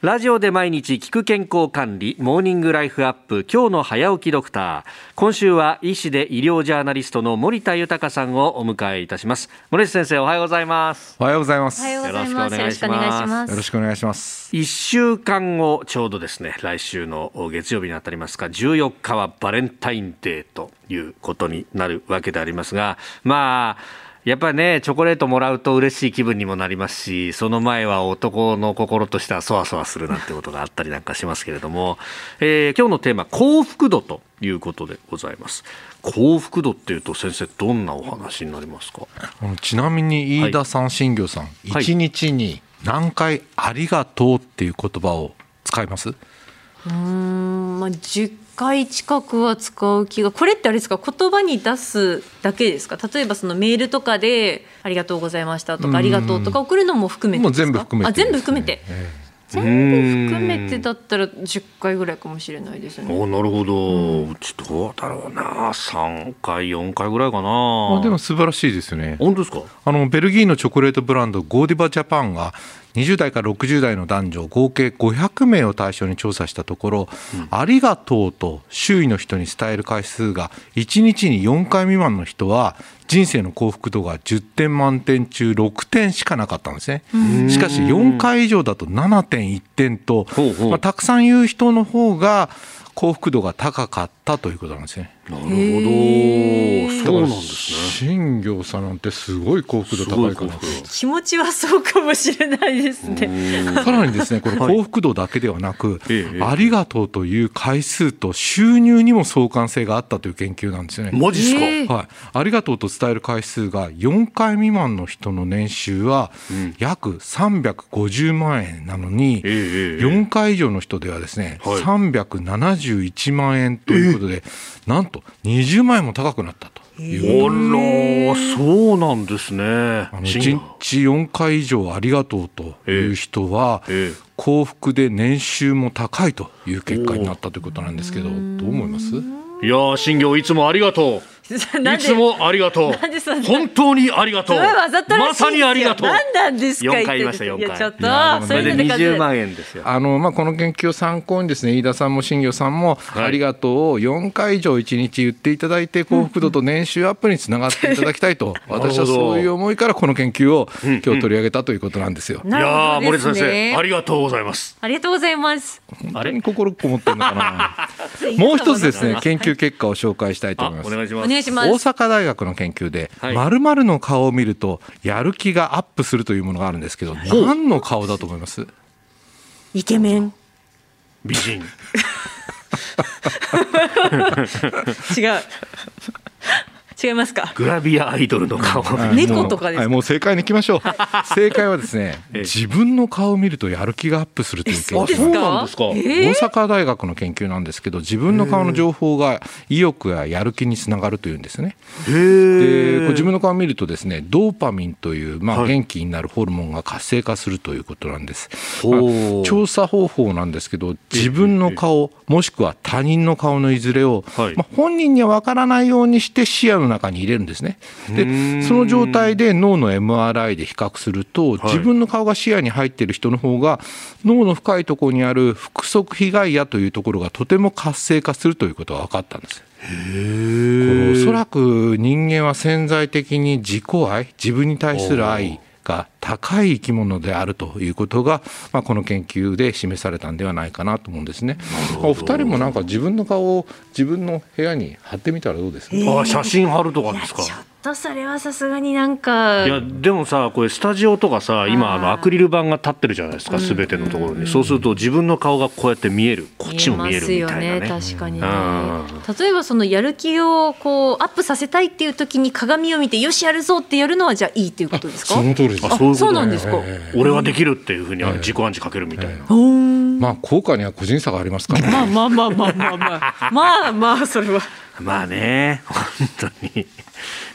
ラジオで毎日聞く健康管理モーニングライフアップ今日の早起きドクター今週は医師で医療ジャーナリストの森田豊さんをお迎えいたします森田先生おはようございますおはようございまおす。はようよございます。よよろろししくおくお願願いいししまますす。ろしくお願いします。 1週間後ちょうどですね来週の月曜日にあたりますが14日はバレンタインデーということになるわけでありますがまあやっぱりねチョコレートもらうと嬉しい気分にもなりますしその前は男の心としてはそわそわするなんてことがあったりなんかしますけれども、えー今日のテーマ幸福度ということでございます幸福度っていうと先生どんなお話になりますかあのちなみに飯田さん、新業さん、はい一日に何回ありがとうっていう言葉を使います？うんまあ10回近くは使う気がこれってあれですか言葉に出すだけですか例えばそのメールとかで「ありがとうございました」とうんか「ありがとう」とか送るのも含めてもうですか全部含めて、あ全部含めて、え全部含めてだったら10回ぐらいかもしれないですねおなるほど、うちどうだろうな3回4回ぐらいかなえあでも素晴らしいですよね。本当ですかあのベルギーのチョコレートブランドゴーディバジャパンが20代から60代の男女合計500名を対象に調査したところ、ありがとうと周囲の人に伝える回数が1日に4回未満の人は人生の幸福度が10点満点中6点しかなかったんですね。しかし4回以上だと7.1点とほうほうまあたくさん言う人の方が幸福度が高かったということなんですね。なるほどへーそうなんでだからすね新業さんなんてすごい幸福度高いかなと。気持ちはそうかもしれないですねさらにですね、これはい幸福度だけではなく、ええええありがとうという回数と収入にも相関性があったという研究なんですよね。マジっすか、えはい、ありがとうと伝える回数が4回未満の人の年収は約350万円なのに、ええええ4回以上の人ではですね、はい371万円ということで、なんと20万円も高くなったということあらーそうなんですねあのシン1ガー日4回以上ありがとうという人はええええ幸福で年収も高いという結果になったということなんですけどどう思いまいすやー新業いつもありがとうないんでつもありがとうなんでそんな本当にありがとうすごいわざとらしいんまですよさにありがとう何なんですか4回言いました言4っ回てるいやちょっといやでもねそういうので数え円ですよあのまあ、この研究を参考にですね飯田さんも新業さんも「いありがとう」を4回以上1日言っていただいて幸福度と年収アップにつながっていただきたいと 私はそういう思いからこの研究を今日取り上げたということなんですよ。いなるやーほどで森す田先生ねありがとうございますありがとうございます本当に心こもってるのかなもう一つですね研究結果を紹介したいとあ思いますお。願いしおます願いしま大す阪大学の研究ではい〇〇の顔を見るとやる気がアップするというものがあるんですけど何の顔だと思いますイケメン美人違う違いますかグラビアアイドルの顔はい猫とかですもうはかいもう正解に行きましょう正解はですねええ自分の顔を見るとやる気がアップするという研あ究そうなんですかえ大ー阪大学の研究なんですけど自分の顔の情報が意欲ややる気につながるというんですね。でこう自分の顔を見るとですねドーパミンという、まはあ、い元気になるホルモンが活性化するということなんです、ほうまあ調査方法なんですけど自分の顔もしくは他人の顔のいずれを、はいまあ、本人にはわからないようにして視野の中に入れるんですねでその状態で脳の MRI で比較すると、い自分の顔が視野に入っている人の方が脳の深いところにある腹側被害野というところがとても活性化するということが分かったんですこのおそらく人間は潜在的に自己愛自分に対する愛が高い生き物であるということが、まあ、この研究で示されたんではないかなと思うんですねお二人もなんか自分の顔を自分の部屋に貼ってみたらどうですか、あ写真貼るとかですかちょっとそれはさすがになんかいやでもさこれスタジオとかさ今あのアクリル板が立ってるじゃないですか全てのところにそうすると自分の顔がこうやって見えるこっちも見えるみたいな見えまねすよね確かにねう例えばそのやる気をこうアップさせたいっていう時に鏡を見てよしやるぞってやるのはじゃあいいっていうことですかその通りですあそういうことねそうなんですか、俺はできるっていうふうにあの自己暗示かけるみたいなほーんまあ効果には個人差がありますから、まあまあまあまあまあまあまあまあそれはまあね本当に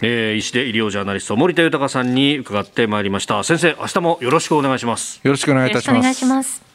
えー医師で医療ジャーナリスト森田豊さんに伺ってまいりました先生明日もよろしくお願いしますよろしくお願いいたしますます